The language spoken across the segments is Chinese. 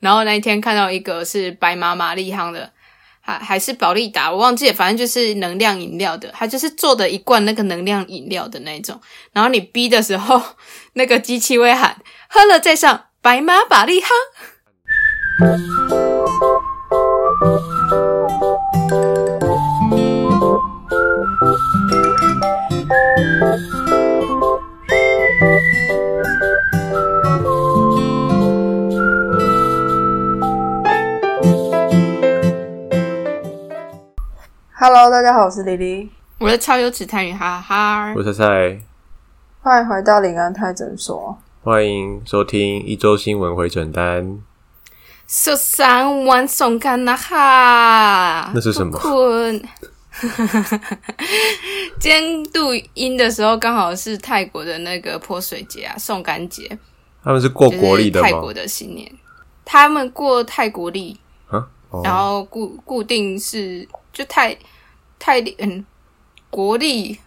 然后那一天看到一个是白马玛丽夯的，还还是宝利达，我忘记了，反正就是能量饮料的，它就是做的一罐那个能量饮料的那种。然后你逼的时候， 那个机器会喊“喝了再上白马玛丽夯”。 Hello，大家好，我是李黎，我的超优质探语，哈哈。我是菜，欢迎回到林安泰诊所。欢迎收听一周新闻回诊单。受伤玩送干呐哈， 那是什么困。 今天录音的时候刚好是泰国的那个泼水节啊，送干节，他们是过就国历是的泰吗国？的新年，他们过泰国历，啊，哦然后固固定是就泰泰历嗯国历，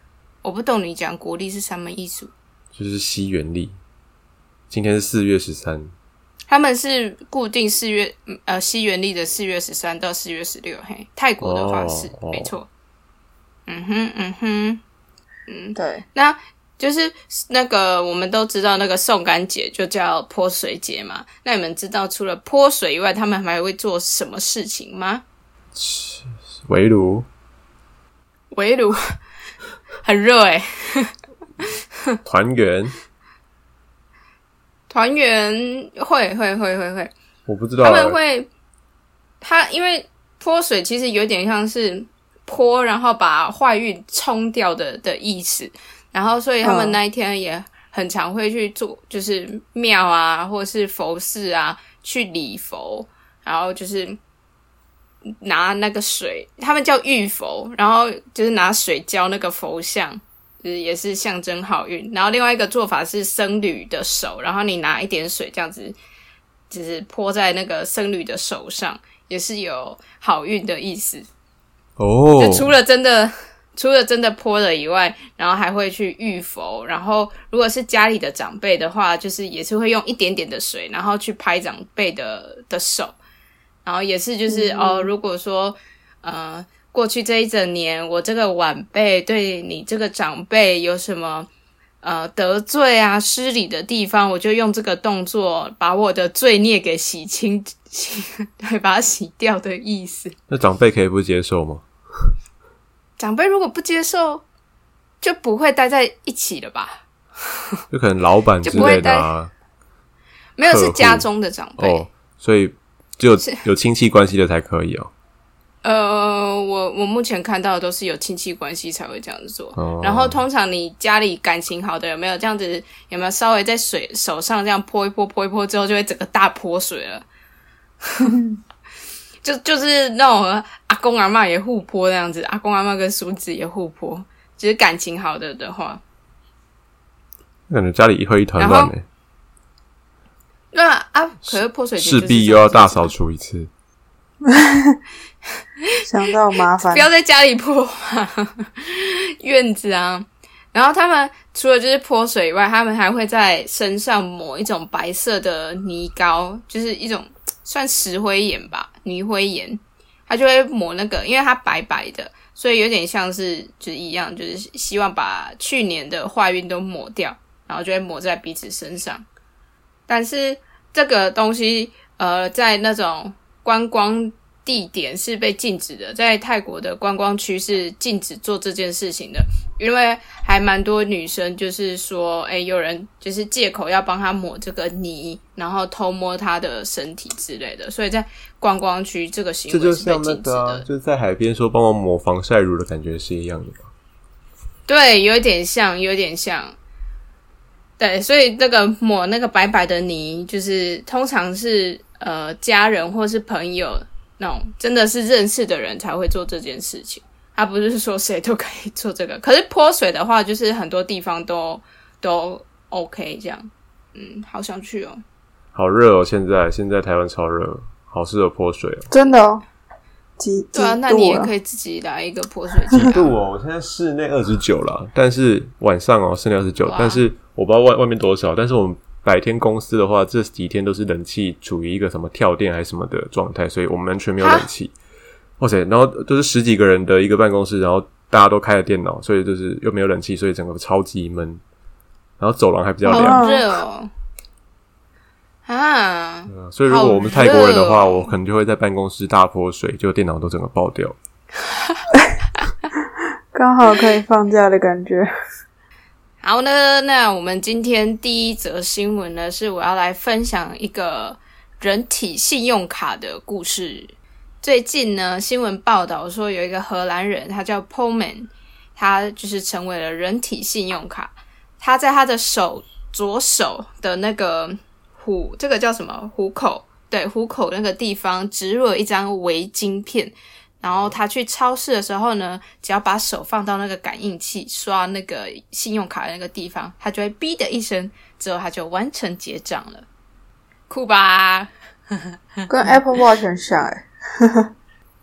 我不懂你讲国历是什么意思，就是西元历。今天是四月十三，他们是固定四月嗯呃西元历的四月十三到四月十六，嘿，泰国的话是、哦没错。嗯哼，嗯哼，嗯对，那就是那个我们都知道那个送干节就叫泼水节嘛。那你们知道除了泼水以外，他们还会做什么事情吗？围炉围炉， 很热哎、团圆，团圆会会会会会，我不知道他欸、们会，他因为泼水其实有点像是泼，然后把坏运冲掉的的意思。然后，所以他们嗯那一天也很常会去做，就是庙啊，或是佛寺啊，去礼佛，然后就是拿那个水，他们叫浴佛，然后就是拿水浇那个佛像。就是也是象征好运，然后另外一个做法是僧侣的手，然后你拿一点水这样子就是泼在那个僧侣的手上，也是有好运的意思。哦，就除了真的，除了真的泼了以外，然后还会去浴佛，然后如果是家里的长辈的话，就是也是会用一点点的水，然后去拍长辈的的手，然后也是就是、哦，如果说呃，过去这一整年，我这个晚辈对你这个长辈有什么呃得罪啊、失礼的地方，我就用这个动作把我的罪孽给洗清， 洗对，把它洗掉的意思。那长辈可以不接受吗？长辈如果不接受，就不会待在一起了吧？就可能老板之就不会类的啊。没有客户是家中的长辈，哦，所以只有有亲戚关系的才可以哦。呃，我我目前看到的都是有亲戚关系才会这样子做。哦然后通常你家里感情好的有没有这样子？有没有稍微在水手上这样泼一泼泼一泼之后，就会整个大泼水了？ 就就是那种阿公阿嬷也互泼那样子，阿公阿嬷跟叔子也互泼，只、是感情好的的话，感觉家里会一团然乱欸后呢，那啊，可是泼水节就势是必这又样要子大扫除一次。想到麻烦不，要在家里泼嘛，院子啊。然后他们除了就是泼水以外，他们还会在身上抹一种白色的泥膏，就是一种算石灰岩吧，泥灰岩，它就会抹那个，因为它白白的，所以有点像是就是一样，就是希望把去年的坏运都抹掉，然后就会抹在彼此身上。但是这个东西，呃，在那种观光地点是被禁止的，在泰国的观光区是禁止做这件事情的，因为还蛮多女生就是说，哎、有人就是借口要帮她抹这个泥，然后偷摸她的身体之类的，所以在观光区这个行这为就是被像那禁止个、的啊，。就是在海边说帮我抹防晒乳的感觉是一样的吧？对，有点像，有点像。对，所以那个抹那个白白的泥，就是通常是呃家人或是朋友那种真的是认识的人才会做这件事情，他不是说谁都可以做这个。可是泼水的话，就是很多地方都都 OK 这样。嗯，好想去哦。好热哦！现在现在台湾超热，好适合泼 水哦。真的哦，几几对啊，那度你也了可以自己来一个泼水节、啊。度哦，我现在室内二十九啦，但是晚上哦室内二十九哇，但是我不知道外外面多少，但是我们白天公司的话，这几天都是冷气处于一个什么跳电还是什么的状态，所以我们完全没有冷气。哇塞！然后都是十几个人的一个办公室，然后大家都开了电脑，所以就是又没有冷气，所以整个超级闷。然后走廊还比较凉，好热哦。啊，嗯所以如果我们泰国人的话，好热哦我可能就会在办公室大泼水，就电脑都整个爆掉。哦刚好可以放假的感觉。好呢，那我们今天第一则新闻呢，是我要来分享一个人体信用卡的故事。最近呢，新闻报道说有一个荷兰人，他叫 Polman，他就是成为了人体信用卡。他在他的手左手的那个虎，这个叫什么虎口？对，虎口那个地方植入了一张围巾片。然后他去超市的时候呢，只要把手放到那个感应器刷那个信用卡的那个地方，他就会“哔”的一声，之后他就完成结账了，酷吧？嗯跟 Apple Watch 很像哎、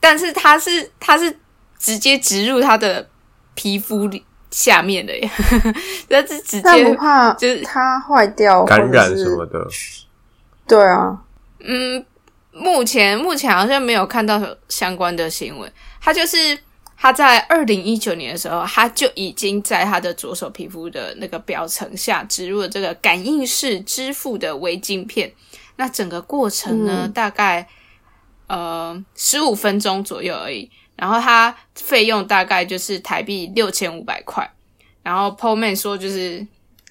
但是它是它是直接植入他的皮肤里下面的耶， 它是直但不接怕就是它坏掉、感染或者是什么的，对啊，嗯，目前目前好像没有看到相关的新闻。他就是他在二零一九年的时候，他就已经在他的左手皮肤的那个表层下植入了这个感应式支付的微镜片。那整个过程呢，大概呃十五分钟左右而已。然后它费用大概就是台币六千五百块。然后 Polman 说，就是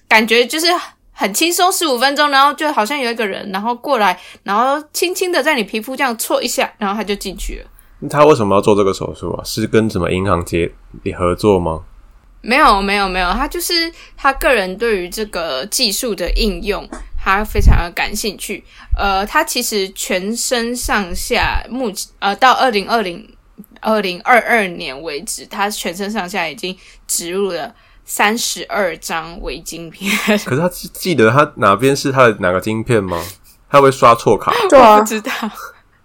感觉就是很轻松，十五分钟，然后就好像有一个人，然后过来，然后轻轻的在你皮肤这样搓一下，然后他就进去了。那他为什么要做这个手术啊？是跟什么银行结合作吗？没有，没有，没有，他就是他个人对于这个技术的应用，他非常的感兴趣。呃，他其实全身上下目前呃到二零二零二零二二年为止，他全身上下已经植入了三十二张围巾片。可是他记记得他哪边是他的哪个晶片吗？他会刷错卡，对我啊不，知道，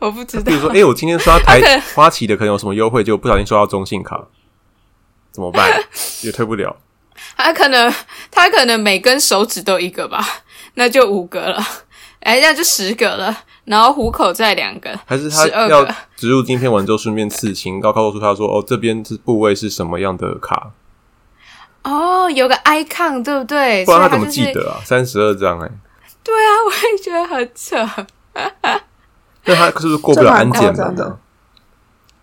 我不知比道 如。说，哎、我今天刷台花旗的可能有什么优惠，结果不小心刷到中信卡，怎么 办？也退不了。他可能他可能每根手指都一个吧， 那就五个了，哎，那就十个了，然后虎口再两个，还是他12要个植入晶片完之后顺便刺青，然后告诉他说：“哦，这边是部位是什么样的卡哦，有个 icon 对不？”对？不然他所以怎么就是记？得啊？三十二张哎，对啊，我也觉得很 扯。那他是不是过不这了蛮安检夸张门的的？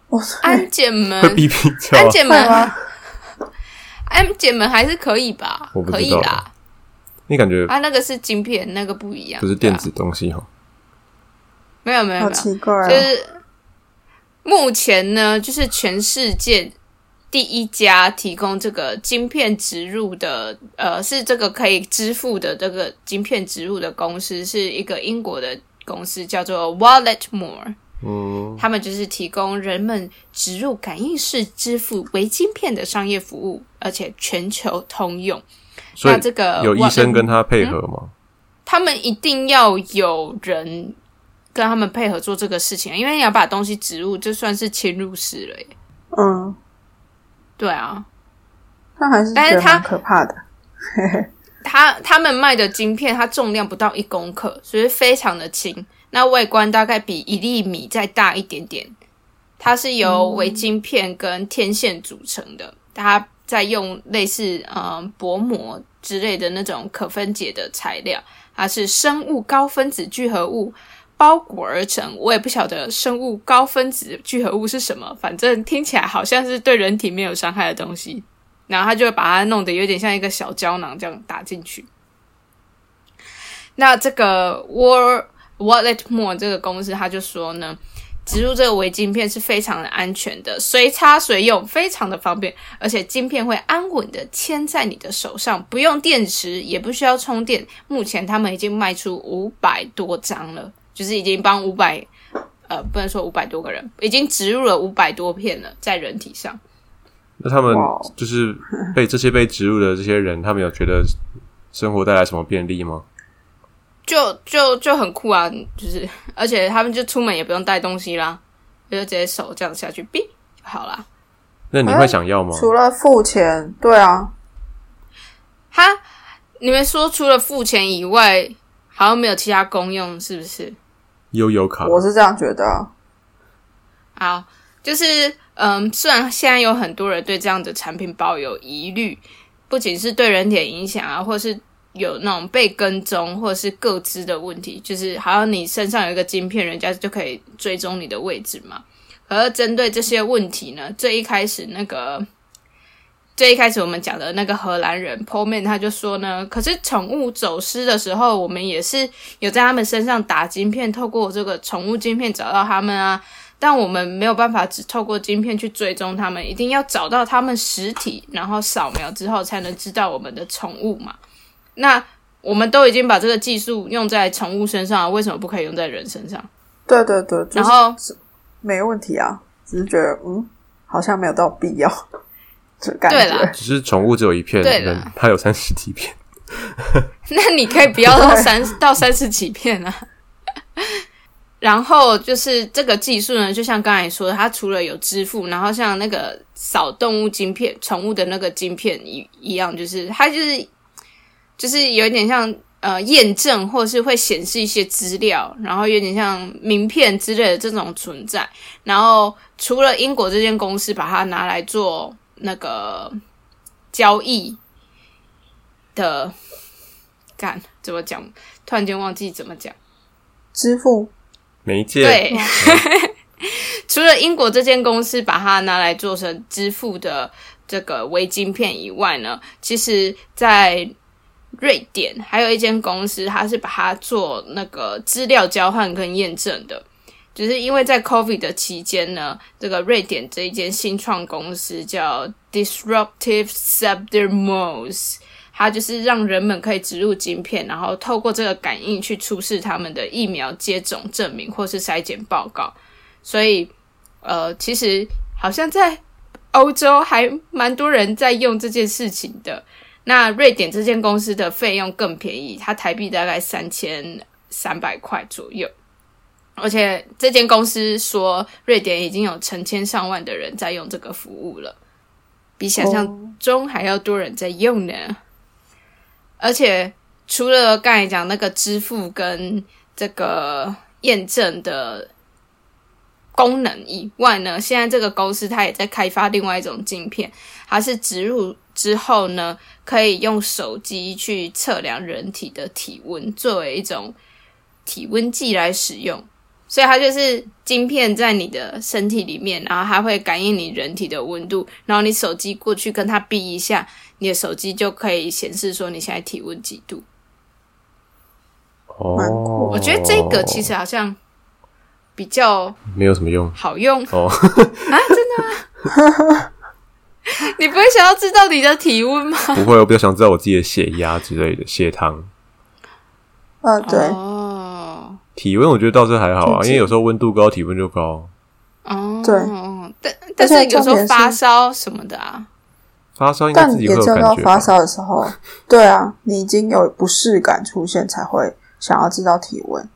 我安检门，会逼逼叫啊安检会门，吗？安检门还是可以吧我？不知道可以啦，你感觉啊，那个是晶片，那个不一样，不是对啊电，子东西哈？没有没有好没有，奇怪啊、就是目前呢，就是全世界第一家提供这个晶片植入的，呃，是这个可以支付的这个晶片植入的公司，是一个英国的公司，叫做 Walletmore。嗯，他们就是提供人们植入感应式支付为晶片的商业服务，而且全球通用。所以那这个有医生 Wallet- 跟他配合吗？他们一定要有人跟他们配合做这个事情，因为你要把东西植入，就算是侵入式了耶。嗯，对啊，但还是但觉是得它蛮可怕的。哦他他们卖的晶片，它重量不到一公克，所以非常的轻。那外观大概比一粒米再大一点点。它是由微晶片跟天线组成的，它在用类似嗯薄膜之类的那种可分解的材料，它是生物高分子聚合物包裹而成。我也不晓得生物高分子聚合物是什么，反正听起来好像是对人体没有伤害的东西。然后他就会把它弄得有点像一个小胶囊这样打进去。那这个 War Walletmore 这个公司，他就说呢，植入这个微晶片是非常的安全的，随插随用，非常的方便，而且晶片会安稳的牵在你的手上，不用电池，也不需要充电。目前他们已经卖出五百多张了，就是已经帮五百。呃，不能说五百多个人，已经植入了五百多片了，在人体上。那他们哇哦就是被这些被植入的这些人，他们有觉得生活带来什么便利吗？就就就很酷啊，就是 而且他们就出门也不用带东西啦，就直接手这样下去，哔就好啦。呃那你会想要吗？除了付钱，对啊，他你们说除了付钱以外，好像没有其他功用，是不是？悠游卡，我是这样觉得啊。好，就是嗯，虽然现在有很多人对这样的产品抱有疑虑，不仅是对人体的影响啊，或是有那种被跟踪或者是各知的问题，就是好像你身上有一个晶片，人家就可以追踪你的位置嘛。可是针对这些问题呢，最一开始那个。最一开始我们讲的那个荷兰人 p o m a n 他就说呢，可是宠物走失的时候，我们也是有在他们身上打晶片，透过这个宠物晶片找到他们啊。但我们没有办法只透过晶片去追踪他们，一定要找到他们实体，然后扫描之后才能知道我们的宠物嘛。那我们都已经把这个技术用在宠物身上了，为什么不可以用在人身上？对对对，就是然后没问题啊，只是觉得嗯，好像没有到必要， 这感对啦觉。只是宠物只有一片，对啦人它有三十几片。 那你可以不要到三到三十几片啊。 然后就是这个技术呢，就像刚才说的，它除了有支付，然后像那个扫动物晶片、宠物的那个晶片一一样，就是它就是就是有一点像呃验证，或是会显示一些资料，然后有点像名片之类的这种存在。然后除了英国这间公司把它拿来做那个交易的干怎么讲？突然间忘记怎么讲。支付媒介对， 除了英国这间公司把它拿来做成支付的这个微晶片以外呢，其实在瑞典还有一间公司，它是把它做那个资料交换跟验证的。只是因为在 COVID 的期间呢，这个瑞典这一间新创公司叫 Disruptive s u b d e r m o s 它就是让人们可以植入晶片，然后透过这个感应去出示他们的疫苗接种证明或是筛检报告。所以，呃，其实好像在欧洲还蛮多人在用这件事情的。那瑞典这间公司的费用更便宜，它台币大概三千三百块左右。而且这间公司说，瑞典已经有成千上万的人在用这个服务了，比想象中还要多人在用呢。而且除了刚才讲那个支付跟这个验证的功能以外呢，现在这个公司它也在开发另外一种镜片，它是植入之后呢，可以用手机去测量人体的体温，作为一种体温计来使用。所以它就是晶片在你的身体里面，然后它会感应你人体的温度，然后你手机过去跟它比一下，你的手机就可以显示说你现在体温几度。哦蛮酷，我觉得这个其实好像比较没有什么用好用。 哦。 你不会想要知道你的体温吗？不会，我比较想知道我自己的血压之类的，血糖、啊，对，哦，体温，我觉得倒是还好啊，自己因为有时候温度高，体温就高。哦，对，但但是而且有重时点是候发烧什么的啊，发烧应该但自己也会有只有感到觉吧发。烧的时候，对啊，你已经有不适感出现，才会想要知道体温。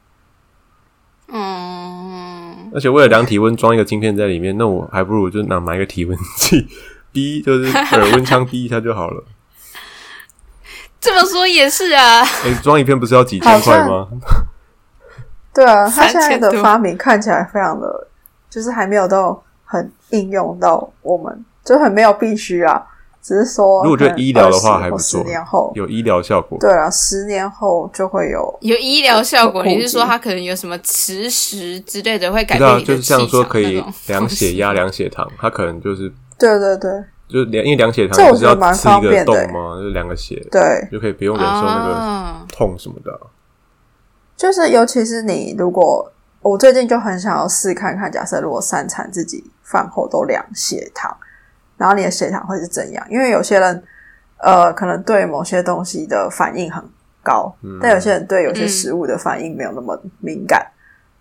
嗯，而且为了量体温，装一个晶片在里面，那我还不如就拿买一个体温计， 逼就是耳温枪逼一下就好 了。这么说也是啊， 哎、装一片不是要几千块吗？对啊，它三现在千的多发明看起来非常的，就是还没有到很应用到我们，就很没有必须啊。只是说，如果觉得医疗的话还不十错年后，有医疗效果。对啊，十年后就会有，有医疗效果。普及你是说它可能有什么磁石之类的会改不知道变你就的是气像场说可那以种量血压、东西量血糖，它可能就是对对对就是量，因为量血糖这不我是觉得要蛮吃方一个便的洞欸哦吗？就是量个血，对，就可以不用忍受那个啊，痛什么的啊、就是尤其是你如果我最近就很想要试看看，假设如果三餐自己饭后都量血糖，然后你的血糖会是怎样？因为有些人呃，可能对某些东西的反应很高，嗯但有些人对有些食物的反应没有那么敏感。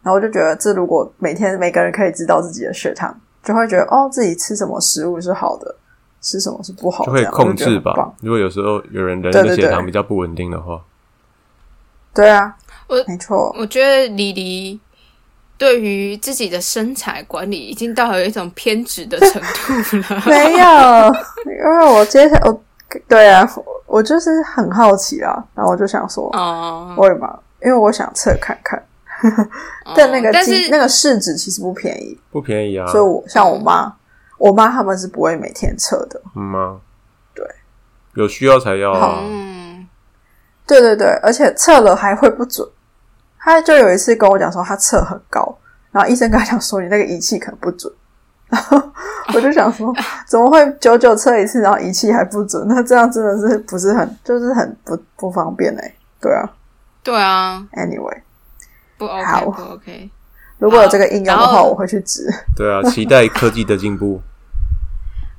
然后我就觉得，这如果每天每个人可以知道自己的血糖，就会觉得哦，自己吃什么食物是好的，吃什么是不好的，就会这样控就觉得制很棒吧。如果有时候有人人对的对血对糖比较不稳定的话，对啊，我没错，我觉得李黎对于自己的身材管理 已经到了有一种偏执的程度了。没有，因为我接下我对啊，我我就是很好奇啊，然后我就想说，哦，我也嘛，因为我想测看看， 但那个哦但机是那个市值其实不便宜，不便宜啊，所以我像我妈，我妈他们是不会每天测的。嗯吗？对，有需要才要啊。嗯，对对对，而且测了还会不准。他就有一次跟我讲说他测很高，然后医生跟他讲说你那个仪器可能不准。 然后我就 想说，怎么会久久测一次，然后仪器还不准？那这样真的是不是很，就是很不不方便哎、对啊对啊， ，anyway，不 OK 好不 OK，如果有这个应用的然话，后我会去 指。对啊，期待科技的进步。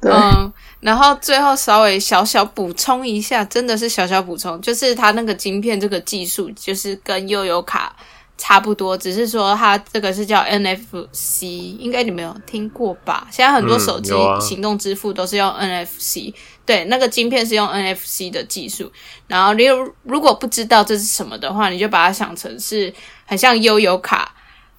对，嗯，然后最后稍微小小补充一下，真的是小小补充，就是它那个晶片这个技术，就是跟悠游卡差不多，只是说它这个是叫 NFC，应该你没有听过吧？现在很多嗯手机有啊行动支付都是用 NFC，、对，那个晶片是用 NFC 的技术。然后你如如果不知道这是什么的话，你就把它想成是很像悠游卡，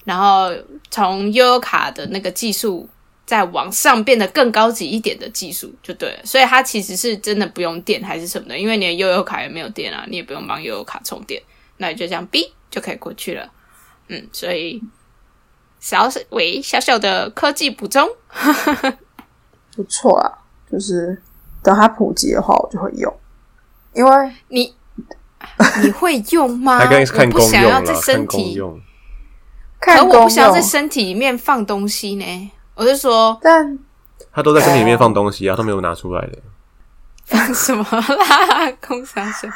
然后从悠游卡的那个技术再往上变得更高级一点的技术就对了。所以它其实是真的不用电还是什么的，因为你的悠游卡也没有电啊，你也不用帮悠游卡充电，那你就这样哔就可以过去了。嗯，所以小为小小的科技补充，不错啦，就是等它普及的话，我就会用，因为你 你会用吗？他跟看啊我不公想用要啦，在看身公体，用。看可公我不想要在用，身体里面放东西呢。我是说，但他都在身体里面放东西啊，他没有拿出来的。放什么啦？空想什么？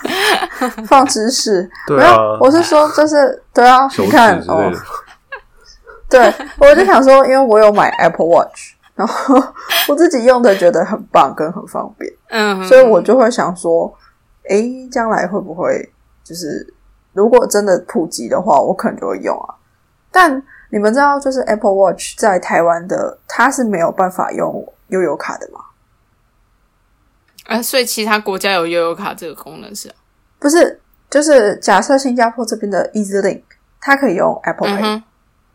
放知识，对没啊有，我是说，就是对啊，手你指看之类哦的，，对，我就想说，因为我有买 Apple Watch，然后我自己用的觉得很棒跟很方便，嗯，所以我就会想说，诶，将来会不会就是如果真的普及的话，我可能就会用啊。但你们知道，就是 Apple Watch 在台湾的它是没有办法用悠游卡的吗？啊，所以其他国家有悠游卡这个功能是啊，不是，就是假设新加坡这边的 Easy Link，它可以用 Apple 嗯 Pay，、哼，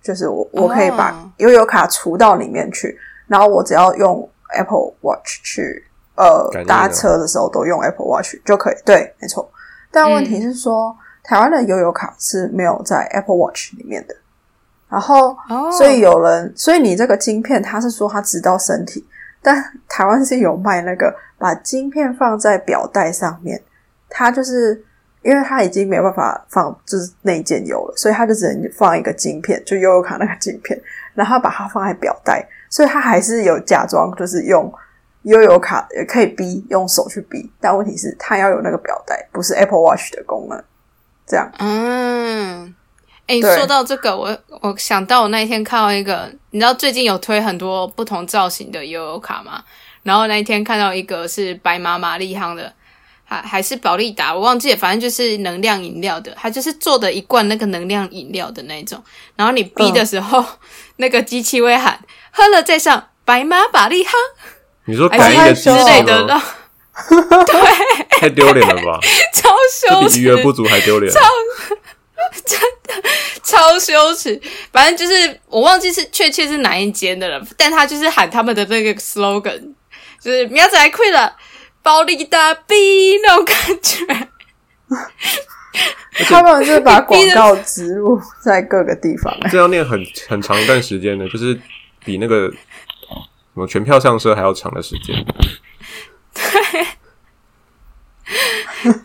就是我我可以把哦悠游卡储到里面去，然后我只要用 Apple Watch 去呃感应的啊搭车的时候都用 Apple Watch 就可以。对，没错。但问题是说，台湾的悠游卡是没有在 Apple Watch 里面的，然后哦，所以有人，所以你这个晶片，它是说它直到身体，但台湾是有卖那个把晶片放在表带上面，它就是因为它已经没有办法放就是内建油了，所以它就只能放一个晶片，就悠游卡那个晶片，然后把它放在表带，所以它还是有假装就是用悠游卡也可以逼用手去逼，但问题是它要有那个表带，不是 Apple Watch 的功能，这样嗯，哎、对说到这个，我我想到我那一天看到一个，你知道最近有推很多不同造型的悠游卡吗？然后那一天看到一个是白马玛丽康的，还还是宝利达，我忘记了，反正就是能量饮料的，它就是做的一罐那个能量饮料的那种。然后你逼的时候， 那个机器会喊“喝了再上白马玛丽康你说”还感是应的之机类器的，吗然？后太丢脸了 吧！超羞这耻，比预约不足还丢脸。啊超羞耻。反正就是我忘记是确切是哪一间的了，但他就是喊他们的那个 slogan，就是苗仔溃了，暴力大逼那种感觉。他们是把广告植入在各个地方。这要念很很长一段时间的，就是比那个什么全票上车还要长的时间。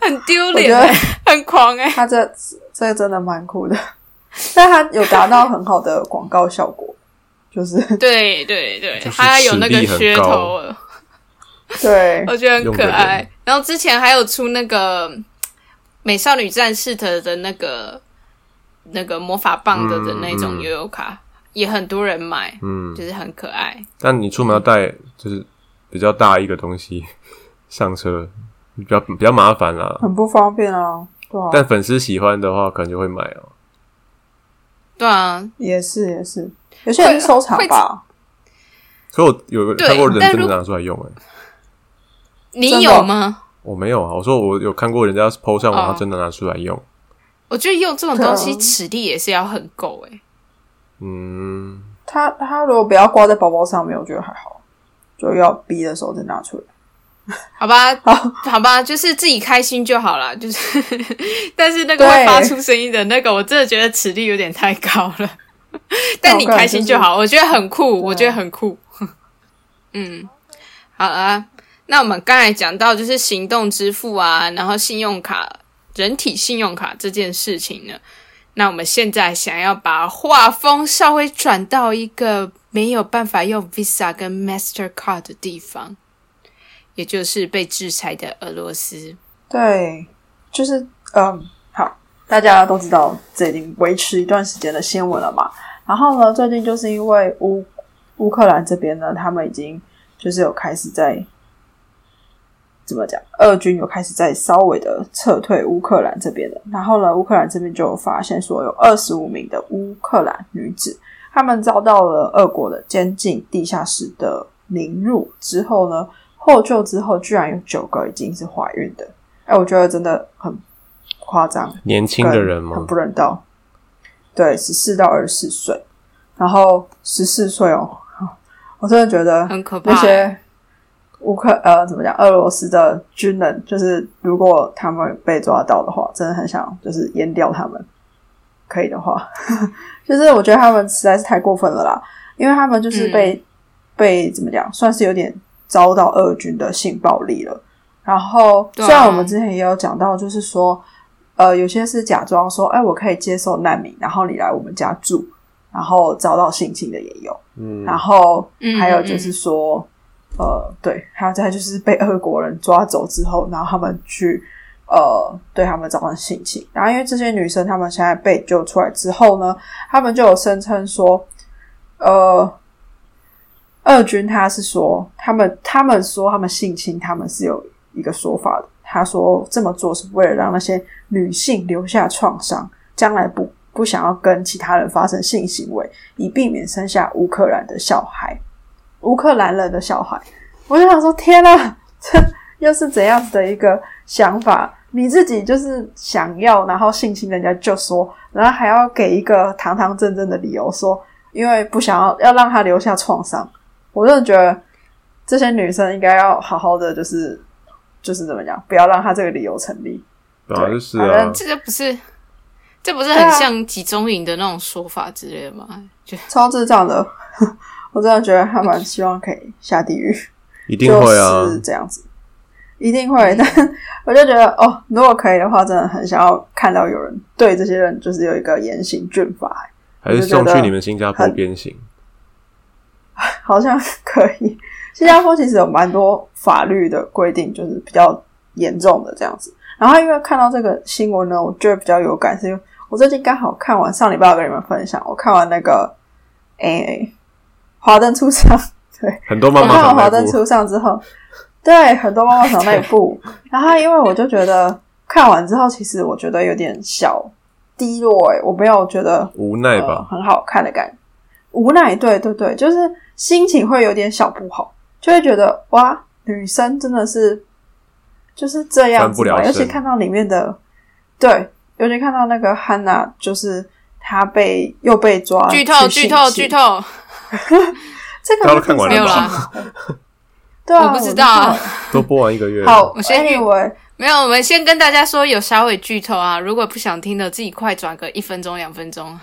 很丢我觉脸、得欸，很狂哎、他这这真的蛮酷的，但他有达到很好的广告效果，就是对对对，就是他有那个实力噱很高头了，对我觉得很可用的爱。然后之前还有出那个《美少女战士》的的那个那个魔法棒的的那种嗯嗯悠悠卡，也很多人买，嗯就，是很可爱。但你出门要带就是比较大一个东西上车，比较比较麻烦 啦。很不方便啊，对啊，但粉丝喜欢的话，可能就会买哦、对啊，也是也是，有些人是收藏吧，可我有对看过人但真如的拿出来用哎、你真的哦有吗？我没有啊，我说我有看过人家 PO 上网，哦他真的拿出来用。我觉得用这种东西对啊齿力也是要很够欸诶、嗯，他他如果不要挂在包包上面，我觉得还好，就要逼的时候再拿出来。好吧，好好吧，就是自己开心就好了。就是， 但是那个会发出声音的那个，我真的觉得齿力有点太高了。但你开心就好，我觉得很啊酷，我觉得很酷。 嗯，好啦，那我们刚才讲到就是行动支付啊，然后信用卡、人体信用卡这件事情呢，那我们现在想要把画风稍微转到一个没有办法用 Visa 跟 Mastercard 的地方，也就是被制裁的俄罗斯。对，就是嗯，好，大家都知道这已经维持一段时间的新闻了嘛。然后呢，最近就是因为乌乌克兰这边呢，他们已经就是有开始在怎么讲，俄军有开始在稍微的撤退乌克兰这边的。然后呢，乌克兰这边就有发现说有二十五名的乌克兰女子，她们遭到了俄国的监禁地下室的凌辱之后呢，获救之后居然有九个已经是怀孕的。哎，我觉得真的很夸张，年轻的人吗很？不人道。对，十四到二十四岁，然后十四岁哦， 我真的觉得很可怕那些乌克呃，怎么讲？俄罗斯的军人，就是如果他们被抓到的话，真的很想就是阉掉他们，可以的话， 就是我觉得他们实在是太过分了啦，因为他们就是被、嗯被怎么讲，算是有点遭到俄军的性暴力了。然后，对啊虽然我们之前也有讲到，就是说，呃，有些是假装说，哎，我可以接受难民，然后你来我们家住，然后遭到性侵的也有。嗯，然后嗯还有就是说，呃，对，还有再就是被俄国人抓走之后，然后他们去呃对他们造成性侵，然后因为这些女生她们现在被救出来之后呢，他们就有声称说，呃，俄军他是说他们他们说他们性侵他们是有一个说法的，他说这么做是为了让那些女性留下创伤，将来不不想要跟其他人发生性行为，以避免生下乌克兰的小孩，乌克兰人的小孩。我就想说，天啊， 这又是怎样子的一个想法？你自己就是想要，然后性侵人家就说，然后还要给一个堂堂正正的理由说，因为不想要要让他留下创伤。我真的觉得这些女生应该要好好的，就是就是怎么讲，不要让他这个理由成立。本来就是反啊正，这个不是，这不是对很啊像集中营的那种说法之类的吗？就超智障的， 我真的觉得还蛮希望可以下地狱。一定会啊就，是这样子，一定会。但 我就觉得，哦，如果可以的话，真的很想要看到有人对这些人就是有一个严刑峻法，还是我就觉送得去你们新加坡很鞭刑。好像可以。新加坡其实有蛮多法律的规定，就是比较严重的这样子。然后因为看到这个新闻呢，我觉得比较有感，是因为我最近刚好看完上礼拜我跟你们分享，我看完那个诶、华灯初上》对。很多妈我妈看完想《华买灯过，初上》之后，对很多妈妈想那一部，然后因为我就觉得看完之后，其实我觉得有点小低落、欸，我没有觉得无奈呃、吧？很好看的感觉，无奈，对对对，就是心情会有点小不好，就会觉得哇，女生真的是就是这样翻不子了嘛，身尤其看到里面的，对，尤其看到那个汉娜，就是她被又被抓剧透，去剧性透，侵剧透，这个大家都是看完了什么吧？啊对啊，我不知道啊我就都播完一个月，好，我先 anyway，没有，我们先跟大家说有稍微剧透啊，如果不想听的，自己快转个一分钟、两分钟。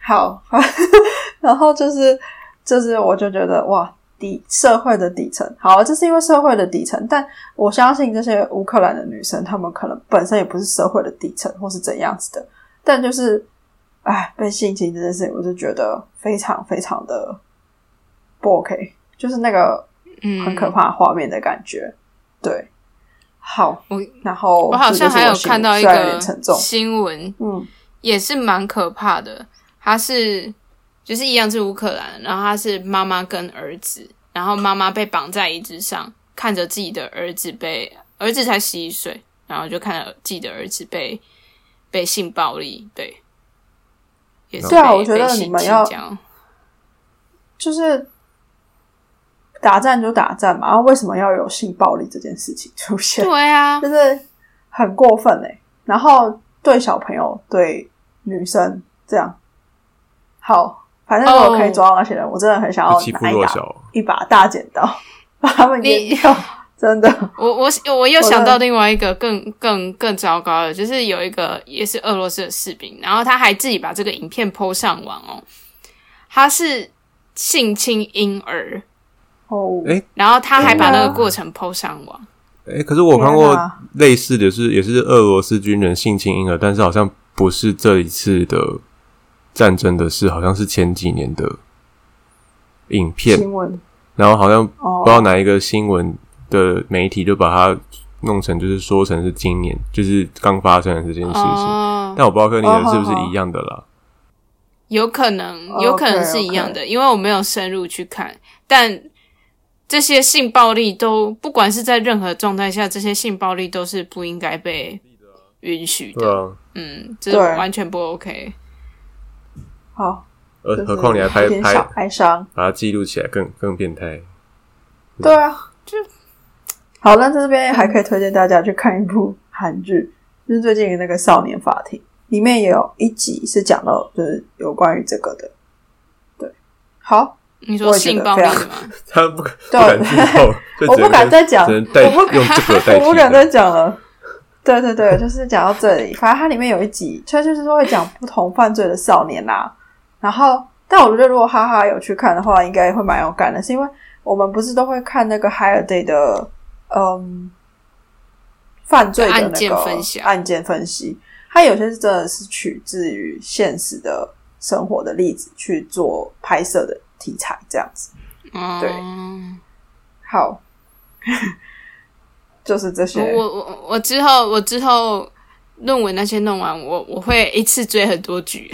好， 然后就是就是，我就觉得哇，底社会的底层，好，这是因为社会的底层，但我相信这些乌克兰的女生，她们可能本身也不是社会的底层，或是怎样子的，但就是，哎，被性侵这件事情，我就觉得非常非常的不 OK，就是那个嗯，很可怕的画面的感觉，对，好，我然后我好这就像是还有新看到一虽然有点个沉重，新闻，嗯，也是蛮可怕的。他是就是一样是乌克兰，然后他是妈妈跟儿子，然后妈妈被绑在椅子上，看着自己的儿子被儿子才十一岁，然后就看着自己的儿子被被性暴力，对，也是对啊被我觉得被性你们侵要这样就是打战就打战嘛，然后为什么要有性暴力这件事情出现？对啊， 就是很过分哎、然后对小朋友、对女生这样，好，反正如果哦可以抓到那些人我真的很想要欺负拿一弱把小，一把大剪刀把他们你阉掉，真的，我我我又我想的到另外一个更更更糟糕的，就是有一个也是俄罗斯的士兵，然后他还自己把这个影片 PO 上网哦，他是性侵婴儿，哦，哎然后他还把那个天哪过程 PO 上网，哎、可是我有看天过哪类似的是，也是俄罗斯军人性侵婴儿，但是好像不是这一次的战争的事，好像是前几年的影片，新闻然后好像哦不知道哪一个新闻的媒体就把它弄成，就是说成是今年，就是刚发生的这件事情。哦，但我不知道跟你的哦是不是好好一样的啦。有可能哦有可能 OK，是一样的，因为我没有深入去看，但这些性暴力都不管是在任何状态下，这些性暴力都是不应该被允许的，对哦啊，嗯，这是对完全不 OK。好，而就是何况你还拍有点拍小哀伤，把它记录起来更，更变态。对啊，就好。那在这边还可以推荐大家去看一部韩剧，就是最近的那个《少年法庭》，里面也有一集是讲到就是有关于这个的。对，好，你说我也觉得性暴力吗？他不不对敢剧透，就我不只能敢跟再讲只能代我不用这个代替。我不敢再讲了。对对对，就是讲到这里，反正它里面有一集，它就是会讲不同犯罪的少年啦、然后，但我觉得如果哈哈有去看的话，应该会蛮有感的，是因为我们不是都会看那个 Higher Day 的嗯犯罪的那个案件分析啊案件分析，它有些是真的是取自于现实的生活的例子去做拍摄的题材，这样子。对嗯，好， 就是这些。我我我我之后我之后论文那些弄完，我我会一次追很多剧，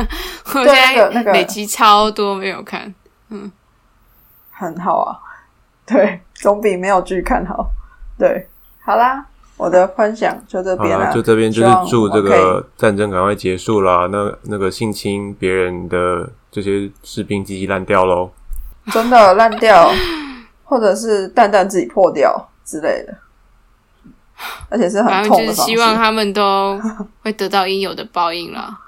我现那个那在个累积超多没有看。很好啊， 对，总比没有剧看好。对，好啦，我的分享就这好边啦，啦，就这边就是希望祝我这可以个战争赶快结束啦。那那个性侵别人的这些士兵鸡鸡烂掉喽。真的烂 掉，或者是蛋蛋自己破掉之类的，而且是反很正痛就的是方希式，望他们 都会得到应有的报应 啦，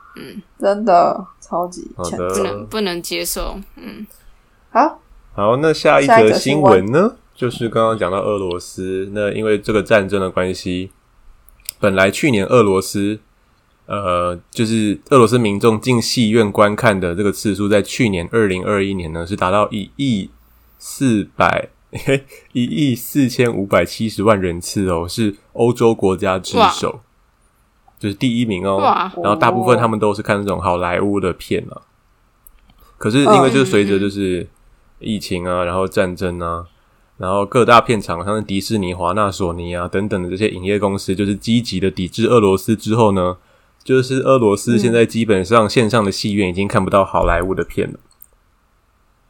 真的超级好欠的不揍。能不能接受。嗯，好，好，那下一下一则则新新闻呢，就是刚刚讲到俄罗斯，那因为这个战争的关系，本来去年俄罗斯。呃，就是俄罗斯民众进戏院观看的这个次数，在去年二零二一年呢，是达到一亿四百 一亿四千五百七十万人次哦，是欧洲国家之哇首，就是第一名哦。哇然后大部分他们都是看那种好莱坞的片啊。可是因为就是随着就是疫情啊，然后战争啊，然后各大片场像是迪士尼、华纳、索尼啊等等的这些影业公司，就是积极的抵制俄罗斯之后呢，就是俄罗斯现在基本上线上的戏院已经看不到好莱坞的片了。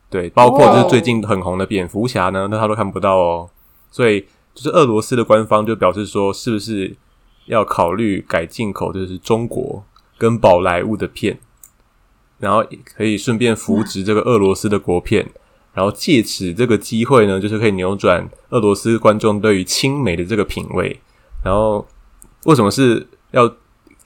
对，包括就是最近很红的蝙蝠侠呢，那他都看不到哦。所以就是俄罗斯的官方就表示说，是不是要考虑改进口，就是中国跟宝莱坞的片，然后可以顺便扶植这个俄罗斯的国片，然后借此这个机会呢，就是可以扭转俄罗斯观众对于亲美的这个品味。然后为什么是要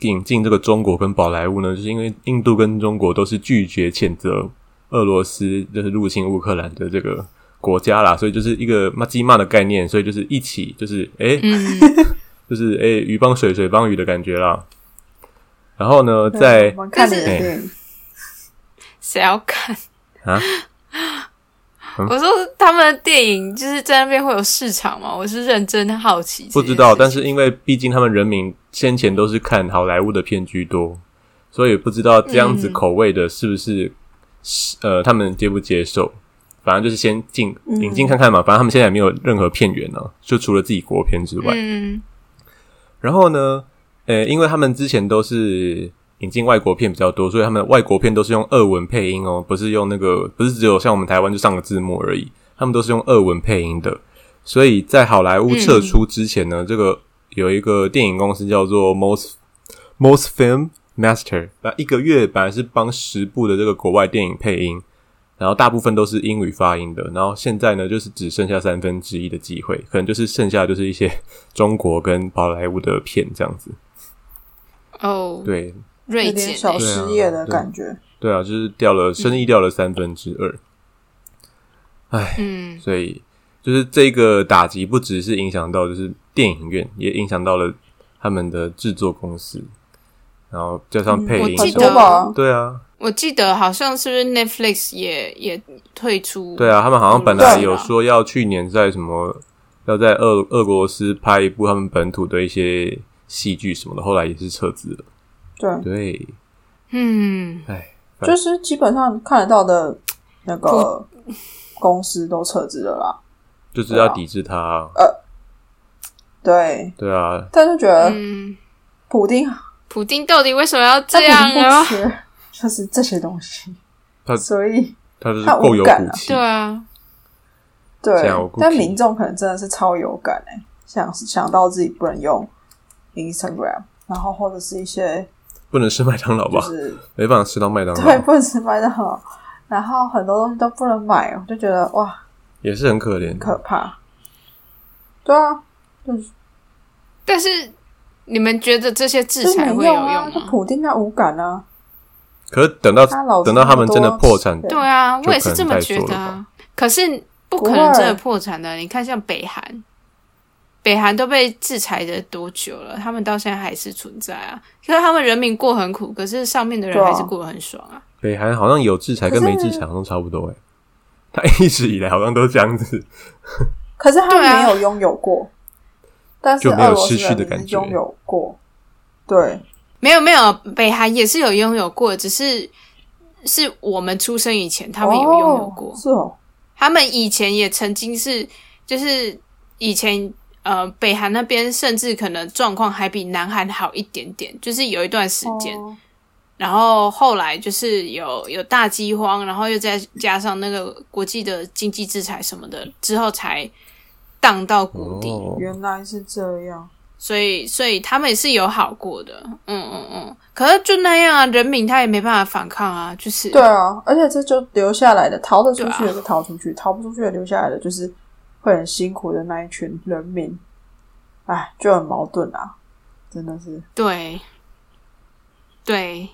引进这个中国跟宝莱坞呢？就是因为印度跟中国都是拒绝谴责俄罗斯就是入侵乌克兰的这个国家啦，所以就是一个骂鸡骂的概念，所以就是一起就是诶、 就是诶、鱼帮水水帮鱼的感觉啦。然后呢，在我们看你的但是电影，谁要看 啊？我说他们的电影就是在那边会有市场吗？我是认真好奇。不知道，但是因为毕竟他们人民先前都是看好莱坞的片居多，所以不知道这样子口味的是不是、呃他们接不接受。反正就是先进引进看看嘛，反正他们现在也没有任何片源呢、啊，就除了自己国片之外。嗯，然后呢，呃，因为他们之前都是引进外国片比较多，所以他们外国片都是用俄文配音哦，不是用那个，不是只有像我们台湾就上个字幕而已，他们都是用俄文配音的。所以在好莱坞撤出之前呢，这个有一个电影公司叫做 Most Most Film Master，那一个月本来是帮十部的这个国外电影配音，然后大部分都是英语发音的，然后现在呢，就是只剩下三分之一的机会，可能就是剩下就是一些中国跟宝莱坞的片这样子。哦，对，锐有减点小欸失业的感觉。对啊，就是掉了生意掉了三分之二，嗯，所以就是这个打击不只是影响到就是电影院，也影响到了他们的制作公司，然后加上配我音记什得么的，吧？对啊，我记得好像是不是 Netflix 也也退出？对啊，他们好像本来对有说要去年在什么要在俄俄罗斯拍一部他们本土的一些戏剧什么的，后来也是撤资了。对，对，嗯，哎，就是基本上看得到的那个公司都撤资了啦。就是要抵制它。对，对啊，但是觉得嗯，普丁普丁到底为什么要他这样肯定不啊？学 就是这些东西，他所以它就是他无够有感骨啊气对。啊，对像我，估计但民众可能真的是超有感哎、想想到自己不能用 Instagram，然后或者是一些不能吃麦当劳吧就？是没办法吃到麦当对劳，不能吃麦当劳，然后很多东西都不能买，我就觉得哇也是很可怜。可怕。对啊，但是你们觉得这些制就是裁没会有用啊，就吗？普丁他无感啊。可是等到他老子等到他那们么真多的破产，对对啊，就我也是这么觉可得能太啊。可是不可不能会真的破产的。你看，像北韩，北韩都被制裁的多久了？他们到现在还是存在啊。可是他们人民过很苦，可是上面的人对啊还是过得很爽啊。嗯北韩好像有制裁可是跟没制裁好像差不多哎。他一直以来好像都这样子，可是他对啊没有拥有过，但是就没有俄罗斯失去的人感民觉拥有过，对，没有没有，北韩也是有拥有过，只是是我们出生以前他们有拥有过。哦是哦，他们以前也曾经是，就是以前呃，北韩那边甚至可能状况还比南韩好一点点，就是有一段时间。哦然后后来就是有有大饥荒，然后又再加上那个国际的经济制裁什么的，之后才荡到谷底。哦，原来是这样，所以所以他们也是有好过的，嗯嗯嗯。可是就那样啊，人民他也没办法反抗啊，就是对啊，而且这就留下来的，逃得出去对啊的就逃出去，逃不出去的留下来的就是会很辛苦的那一群人民，哎，就很矛盾啊，真的是，对对，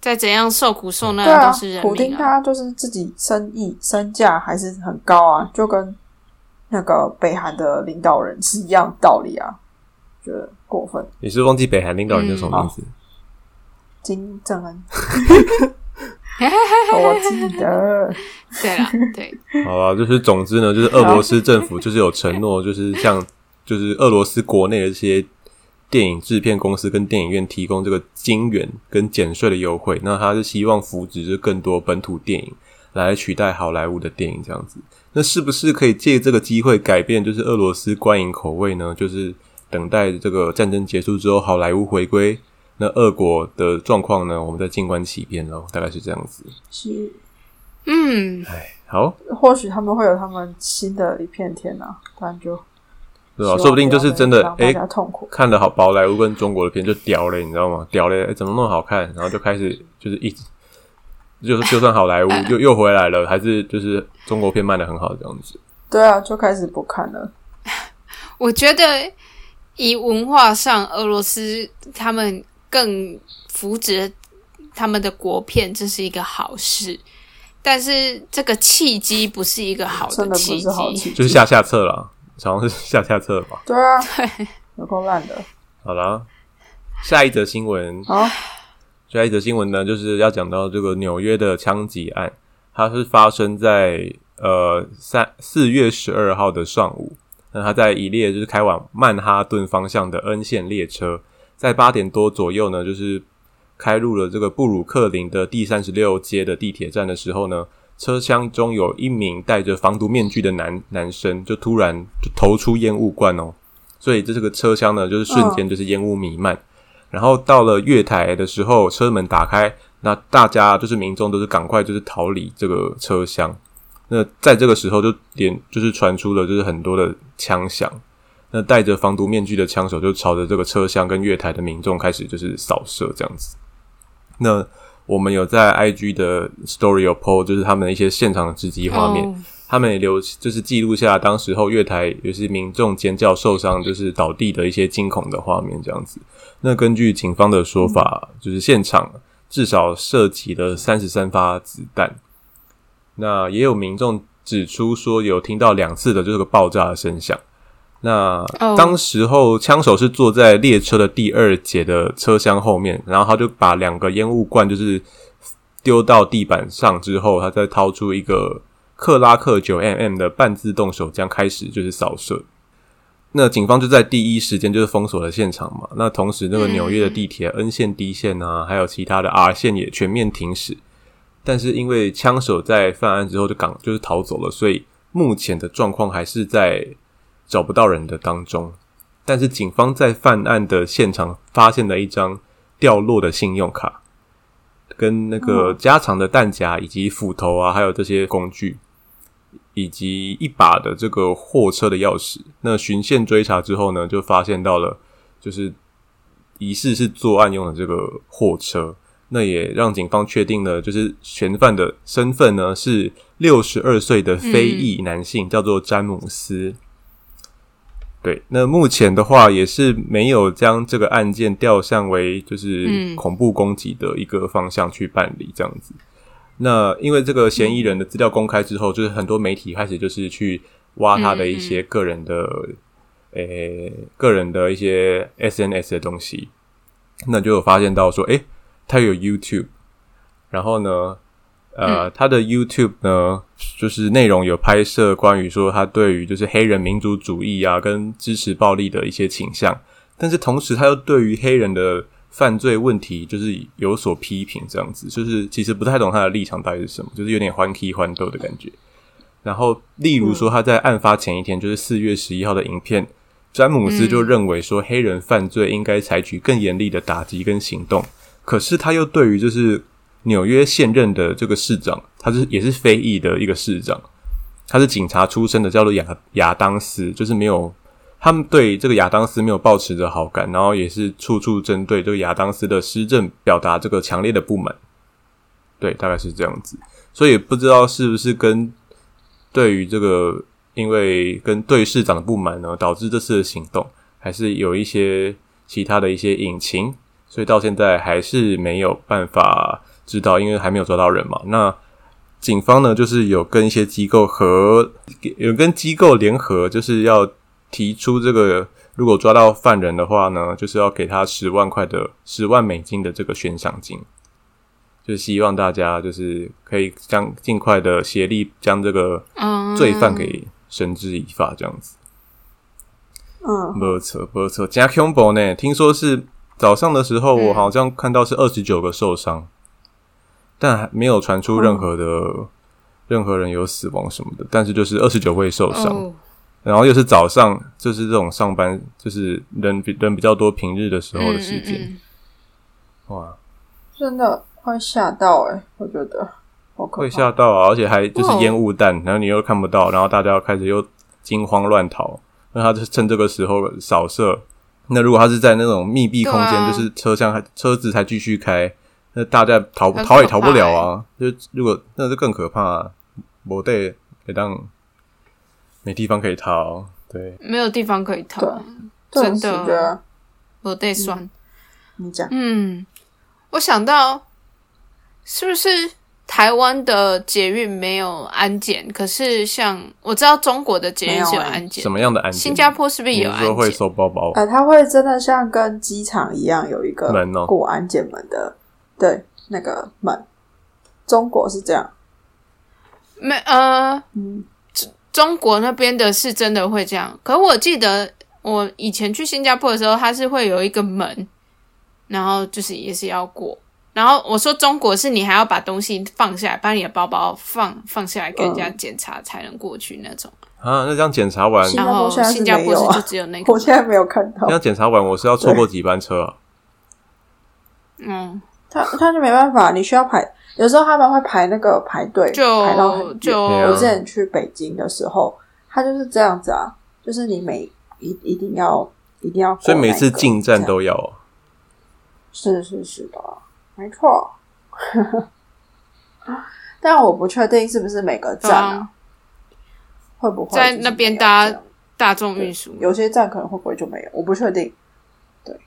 再怎样受苦受难对的啊都是，人普民丁他就是自己生意身价还是很高啊，就跟那个北韩的领导人是一样道理啊，觉得过分。你是忘记北韩领导人叫什么名字？金 正恩，我记得，对啦，对， 好吧，就是总之呢，就是俄罗斯政府就是有承 诺，就是像就是俄罗斯国内的这些电影制片公司跟电影院提供这个金元跟减税的优惠。那他是希望扶植就更多本土电影来取代好莱坞的电影这样子。那是不是可以借这个机会改变就是俄罗斯观影口味呢？就是等待这个战争结束之后，好莱坞回归。那俄国的状况呢？我们再静观其变喽，大概是这样子。是嗯，好，或许他们会有他们新的一片天啊，不然就对希啊，望说不定就是真的，不要让哎、大家痛苦看了好宝莱坞跟中国的片就屌嘞，你知道吗？屌嘞、哎怎么那么好看？然后就开始就是一直，就是就算好莱坞又又回来了，还是就是中国片卖的很好这样子。对啊，就开始不看了。我觉得以文化上，俄罗斯他们更扶植他们的国片，这是一个好事。但是这个契机不是一个好真的不契是好机，奇，就是下下策啦，好像是下下策吧。对啊，对，有够烂的。好啦，下一则新闻，好，下一则新闻呢，就是要讲到这个纽约的枪击案，它是发生在呃三四月十二号的上午。那他在一列就是开往曼哈顿方向的 N 线列车，在八点多左右呢，就是开入了这个布鲁克林的第三十六街的地铁站的时候呢，车厢中有一名戴着防毒面具的男男生就突然就投出烟雾罐哦，所以这这个车厢呢就是瞬间就是烟雾弥漫，然后到了月台的时候，车门打开，那大家就是民众都是赶快就是逃离这个车厢。那在这个时候就连就是传出了就是很多的枪响，那戴着防毒面具的枪手就朝着这个车厢跟月台的民众开始就是扫射这样子。那我们有在 IG 的 Story 有 PO，就是他们的一些现场的直击画面，哦他们也留就是记录下当时候月台也是民众尖叫受伤，就是倒地的一些惊恐的画面这样子。那根据警方的说法，就是现场至少涉及了三十三发子弹，那也有民众指出说有听到两次的这个爆炸的声响。那哦当时候枪手是坐在列车的第二节的车厢后面，然后他就把两个烟雾罐就是丢到地板上之后，他再掏出一个克拉克九 mm 的半自动手枪，开始就是扫射。那警方就在第一时间就是封锁了现场嘛。那同时，那个纽约的地铁 N 线、D 线啊，还有其他的 R 线也全面停驶。但是因为枪手在犯案之后就港就是逃走了，所以目前的状况还是在找不到人的当中。但是警方在犯案的现场发现了一张掉落的信用卡，跟那个加长的弹夹以及斧头啊，还有这些工具，以及一把的这个货车的钥匙。那循线追查之后呢，就发现到了就是疑似是作案用的这个货车。那也让警方确定了，就是嫌犯的身份呢是六十二岁的非裔男性，叫做詹姆斯。对，那目前的话也是没有将这个案件调向为就是嗯恐怖攻击的一个方向去办理这样子。那因为这个嫌疑人的资料公开之后，就是很多媒体开始就是去挖他的一些个人的，诶、个人的一些 SNS 的东西，那就有发现到说，诶、他有 YouTube，然后呢，呃，他的 YouTube 呢，就是内容有拍摄关于说他对于就是黑人民族主义啊，跟支持暴力的一些倾向，但是同时他又对于黑人的犯罪问题就是有所批评，这样子，就是其实不太懂他的立场到底是什么，就是有点欢 k 欢斗的感觉。然后，例如说他在案发前一天，就是四月十一号的影片，詹姆斯就认为说黑人犯罪应该采取更严厉的打击跟行动，可是他又对于就是纽约现任的这个市长，他是也是非裔的一个市长，他是警察出身的，叫做亚亚当斯，就是没有他们对这个亚当斯没有抱持着好感，然后也是处处针对这个亚当斯的施政表达这个强烈的不满，对，大概是这样子，所以不知道是不是跟对于这个因为跟对市长的不满呢，导致这次的行动，还是有一些其他的一些隐情，所以到现在还是没有办法知道，因为还没有抓到人嘛。那警方呢，就是有跟一些机构和有跟机构联合，就是要提出这个，如果抓到犯人的话呢，就是要给他十万块的十万美金的这个悬赏金。就是希望大家就是可以将尽快的协力将这个嗯，罪犯给绳之以法，这样子。嗯，没错，没错，加 combo 呢？听说是早上的时候，嗯我好像看到是二十九个受伤，但还没有传哦出任何的、任何人有死亡什么的，但是就是二十九位受伤。哦，然后又是早上，就是这种上班，就是人比人比较多，平日的时候的时间，嗯嗯嗯嗯哇，真的会吓到哎、我觉得好可怕会吓到哦啊！而且还就是哇烟雾弹，然后你又看不到，然后大家开始又惊慌乱逃。那他就趁这个时候扫射。那如果他是在那种密闭空间，对啊就是车厢还车子才继续开，那大家逃很可怕欸逃也逃不了啊！就如果那就更可怕、啊，没得得当没地方可以逃。对，没有地方可以逃对，顿时真的觉得我得算。你讲嗯，我想到是不是台湾的捷运没有安检？可是像我知道中国的捷运是没有欸安检什，么样的案件？新加坡是不是也有你安是说会检？收包包？呃，它会真的像跟机场一样有一个门哦过安检门的，对，那个门。中国是这样，没呃，嗯，中国那边的是真的会这样。可我记得我以前去新加坡的时候，它是会有一个门，然后就是也是要过。然后我说中国是你还要把东西放下来，把你的包包放放下来给人家嗯检查才能过去那种。啊，那这样检查完，新然加坡后现在是新加没坡有是啊就只有那个我门，现在没有看到这，样检查完，我是要错过几班车哦啊？嗯，他他就没办法，你需要排，有时候他们会排那个排队，排到就很远就对我啊之前去北京的时候，他就是这样子啊，就是你每一一定要一定要过所以每那次个进这站样都要哦。是是是的，没错。 但我不确定是不是每个对站啊啊，会不会在就是那边没有大家这样大众运输。有些站可能会不会就没有，我不确定。对，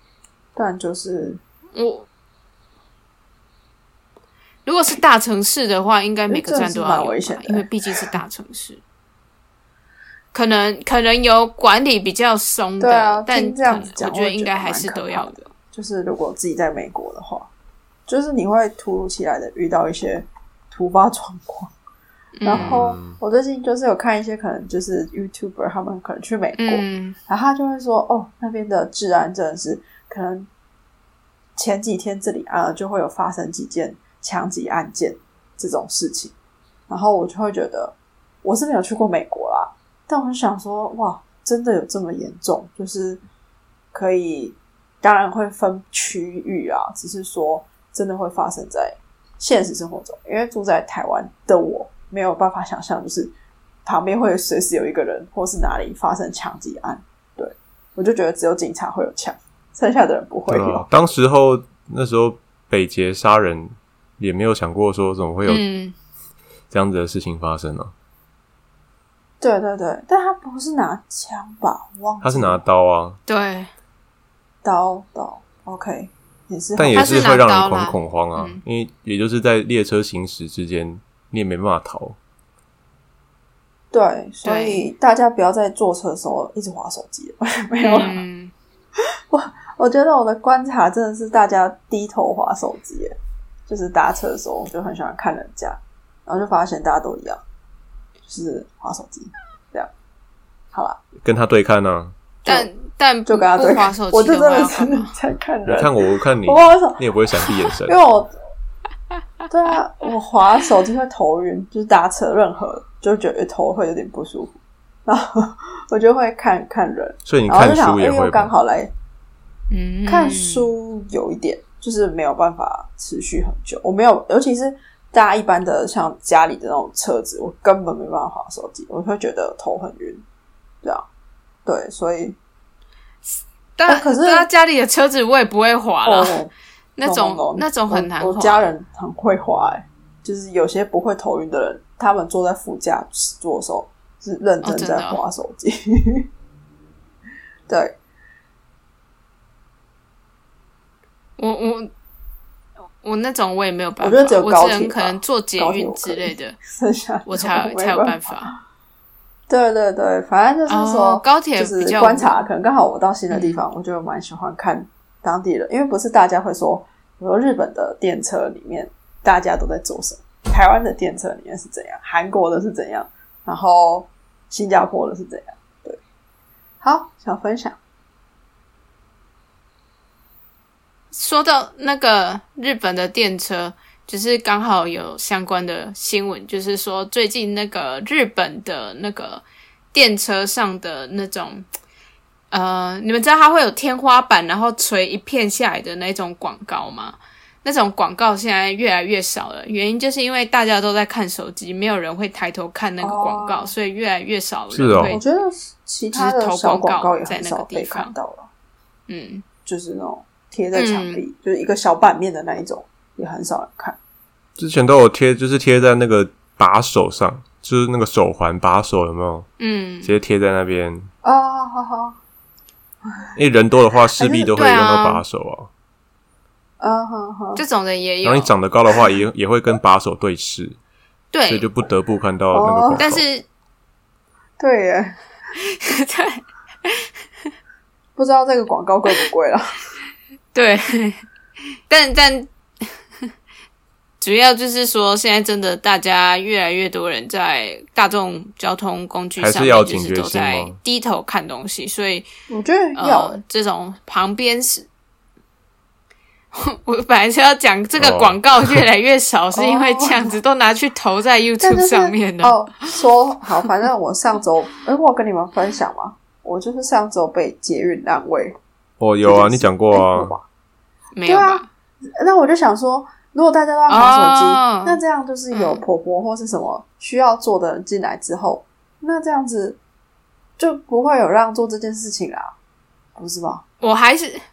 但就是我如果是大城市的话，应该每个站都这是要蛮有危吧险的，因为毕竟是大城市。可能可能有管理比较松的，对啊但听这样子可能讲我觉得我觉得应该还是都要的。就是如果自己在美国的话，就是你会突如其来的遇到一些突发状况。嗯 然后我最近就是有看一些可能就是 YouTuber 他们可能去美国， 嗯，然后他就会说，哦，那边的治安真的是可能前几天这里啊就会有发生几件枪击案件这种事情，然后我就会觉得我是没有去过美国啦，但我就想说，哇，真的有这么严重？就是可以，当然会分区域啊，只是说真的会发生在现实生活中，因为住在台湾的我没有办法想象，就是旁边会随时有一个人，或是哪里发生枪击案，对我就觉得只有警察会有枪，剩下的人不会对有。啊，当时候那时候北捷杀人也没有想过说怎么会有嗯，这样子的事情发生啊，对对对，但他不是拿枪吧？我忘记他是拿刀啊， 对，刀刀，OK，也是但也他是是会拿让刀人啦很恐慌啊，嗯因为也就是在列车行驶之间，你也没办法逃。对，所以大家不要在坐车的时候一直划手机 了。没有啊， 嗯，我觉得我的观察真的是大家低头划手机耶，就是搭车的时候，我就很喜欢看人家，然后就发现大家都一样，就是划手机这样。好啦，跟他对看啊，但但就不跟他对不划看手，我机的就话真的要是干嘛？在看你人，看我，我看 你我，不知道你也不会闪 避眼神因。为我对啊，我滑手机会头晕，就是搭车任何就觉得头会有点不舒服，然后我就会看看人，所以你然后看就想，书也哎会又刚吧？好来嗯，看书有一点，就是没有办法持续很久。我没有，尤其是大家一般的像家里的那种车子，我根本没办法划手机，我会觉得头很晕，这样。对，所以但、哎可是但家里的车子我也不会滑了，哦那种 no, no, no，那种很难我。滑。我家人很会滑、欸，就是有些不会头晕的人，他们坐在副驾驶座的时候是认哦真真在的哦滑手机。 对，我我我那种我也没有办法，我觉得只有高我铁只能吧可能坐捷高铁运我可之以类的，剩下的我才 没才有办办法。对对对，反正就是说、哦高铁就比较嗯是观察，可能刚好我到新的地方，我就蛮喜欢看当地人，因为不是大家会说，比如说日本的电车里面大家都在做什么，台湾的电车里面是怎样，韩国的是怎样，然后新加坡的是怎样，对，好，想分享，说到那个日本的电车，就是刚好有相关的新闻，就是说最近那个日本的那个电车上的那种，呃，你们知道它会有天花板，然后垂一片下来的那种广告吗？那种广告现在越来越少了，原因就是因为大家都在看手机，没有人会抬头看那个广告哦所以越来越少人是哦会我觉得其他的就是投小广广告告也很在那少个地被方看到了，嗯，就是那种贴在墙壁，就是一个小版面的那一种，也很少人看。之前都有贴，就是贴在那个把手上，就是那个手环把手有没有？嗯直，接贴在那边，啊、好好，因为人多的话势必都会用到把手啊。啊，好好，这种的也然有后你，长得高的话也， 也会跟把手对视，所以对哦就，不得不看到那个广告。但是 对耶，对不知道这个广告贵不贵啦。 对，但但主要就是说，现在真的大家越来越多人在大众交通工具还是上面要就警是觉都心在吗低头看东西，所以 我觉得要、呃，这种旁边是。 我本来是要讲这个哦广 告越来越少，是因为这样子都拿去投在哦但就 YouTube 是上面了。哦。说好，反正我上周，哎、我有跟你们分享嘛，我就是上周被捷运烂位。哦，有这啊，件事你讲过哎有啊，吧没有对吧啊？那我就想说，如果大家都要划手机，哦那这样就是有婆婆或是什么需要做的人进来之后，那这样子就不会有让做这件事情啦，不是吗？我还是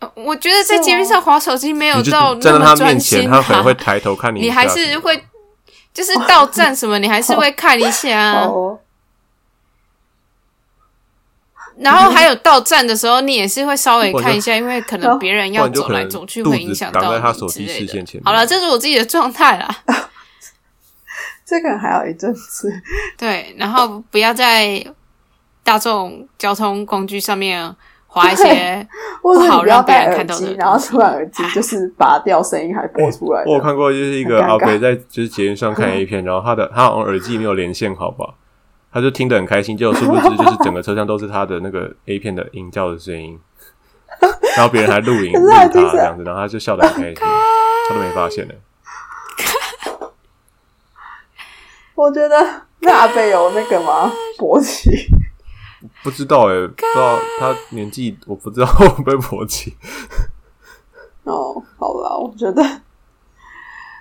呃我觉得在是吗哦节目上划手机没有你就到那站在么他专面心、前，啊，他可能会抬头看你一你下。还是会，就是到啊 站什么，你还是会看一下啊。哦，然后还有到站的时候，你也是会稍微不然就看一下，因为可哦能别人不要然就走可来能走去，肚会子影响挡到在他你手之机类视的线前面好了，这是我自己的状态 啦。这可能还要一阵子。对，然后不要在大众交通工具上面划一些。或者不你好不要让别戴人耳看到的机，东西然后突然耳机就是拔掉，声音还播出来。我有看过，就是一个很尴尬阿北在就是捷运上嗯看 A 片，然后他的他好像耳机没有连线，好吧，他就听得很开心，结果殊不知就是整个车厢都是他的那个 A 片的音叫的声 音，然后别人还录影可录是他他已经是这样子，然后他就笑得很开心，他都没发现呢。我觉得那阿贝有那个吗？勃起，不知道哎、不知道他年纪，我不知道会不会勃起。哦，好啦，我觉得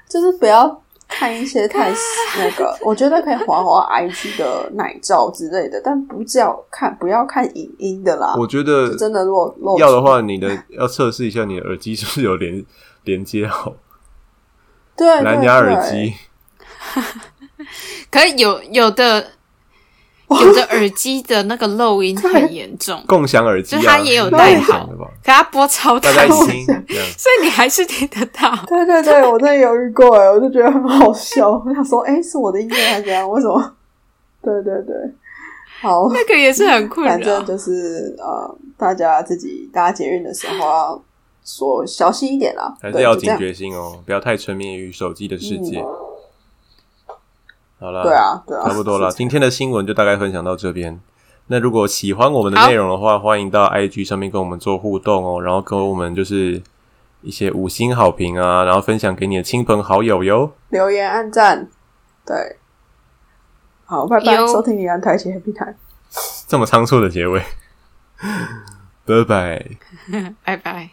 就是不要看一些太那个，我觉得可以滑滑 IG 的奶照之类的，但不叫看，不要看影音的啦。我觉得就真的落落要的话，你的要测试一下你的耳机是不是有连连接好对对蓝牙耳对机。可是有有的有的耳机的那个漏音很严重， 共享耳机、啊，就它也有带共享好的吧？可它播超大大家一声，起听，这样所以你还是听得到。对对对，我真的犹豫过哎，我就觉得很好笑。我想说，哎、是我的音乐还是怎样？为什么？对对对，好，那个也是很困反扰正。就是呃，大家自己搭捷运的时候要说小心一点啦，还是对要就这警样觉性哦，不要太沉迷于手机的世界。 好了，嗯对，啊，对啊，差不多了。是这样今天的新闻就大概分享到这边。那如果喜欢我们的内容的话，欢迎到 IG 上面跟我们做互动哦，然后跟我们就是一些五星好评啊，然后分享给你的亲朋好友哟。留言、按赞，对，好，拜拜，有收听你安台起 Happy Time。这么仓促的结尾， 拜拜。拜拜。